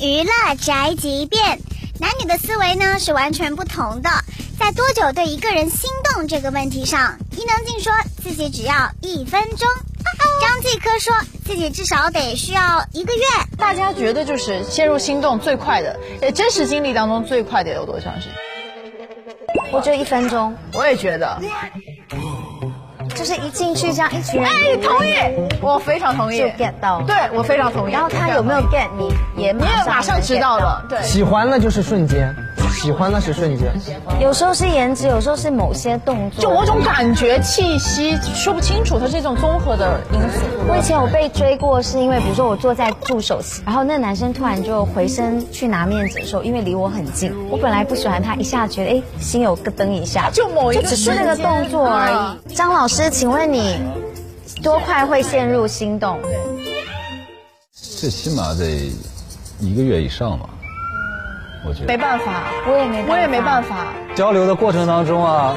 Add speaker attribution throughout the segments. Speaker 1: 娱乐宅急便，男女的思维呢是完全不同的。在多久对一个人心动这个问题上，伊能静说自己只要一分钟，啊张继科说自己至少得需要一个月。
Speaker 2: 大家觉得就是陷入心动最快的，呃，真实经历当中最快的有多长时间？
Speaker 3: 我觉得一分钟，
Speaker 2: 我也觉得，
Speaker 3: 就是一进去这样一群人，
Speaker 2: 哎，同意，我非常同意
Speaker 3: 就 get 到了
Speaker 2: 对我非常同意。
Speaker 3: 然后他有没有 get 你，也
Speaker 2: 你也马
Speaker 3: 上
Speaker 2: 上
Speaker 3: 能
Speaker 2: 知
Speaker 3: get
Speaker 2: 道。了，对，
Speaker 4: 喜欢那就是瞬间，喜欢那是瞬间。
Speaker 3: 有时候是颜值，有时候是某些动作。
Speaker 2: 就某种感觉、气息，说不清楚，它是一种综合的因素。
Speaker 3: 我以前有被追过，是因为比如说我坐在助手席，然后那男生突然就回身去拿面纸的时候，因为离我很近，我本来不喜欢他，一下觉得哎心有咯噔一下，
Speaker 2: 就某一个
Speaker 3: 就只是那个动作而
Speaker 2: 啊
Speaker 3: 已。张老师，请问你多快会陷入心动？
Speaker 5: 最起码得一个月以上吧，我觉
Speaker 2: 没
Speaker 5: 得。
Speaker 2: 办法，
Speaker 3: 我也没，
Speaker 2: 我也没办。法。
Speaker 5: 交流的过程当中啊，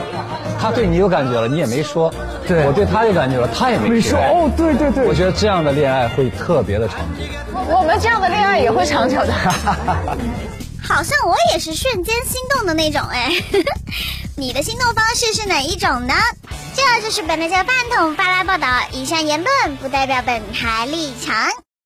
Speaker 5: 他对你有感觉了，你也没说；
Speaker 4: 对
Speaker 5: 我对他有感觉了，他也没
Speaker 4: 没说哦，对对对
Speaker 5: 我，觉得这样的恋爱会特别的长久。
Speaker 2: 我们这样的恋爱也会长久的。
Speaker 1: 好像我也是瞬间心动的那种哎。 你的心动方式是哪一种呢？这就是本台家饭桶发来报道，以上言论不代表本台立场。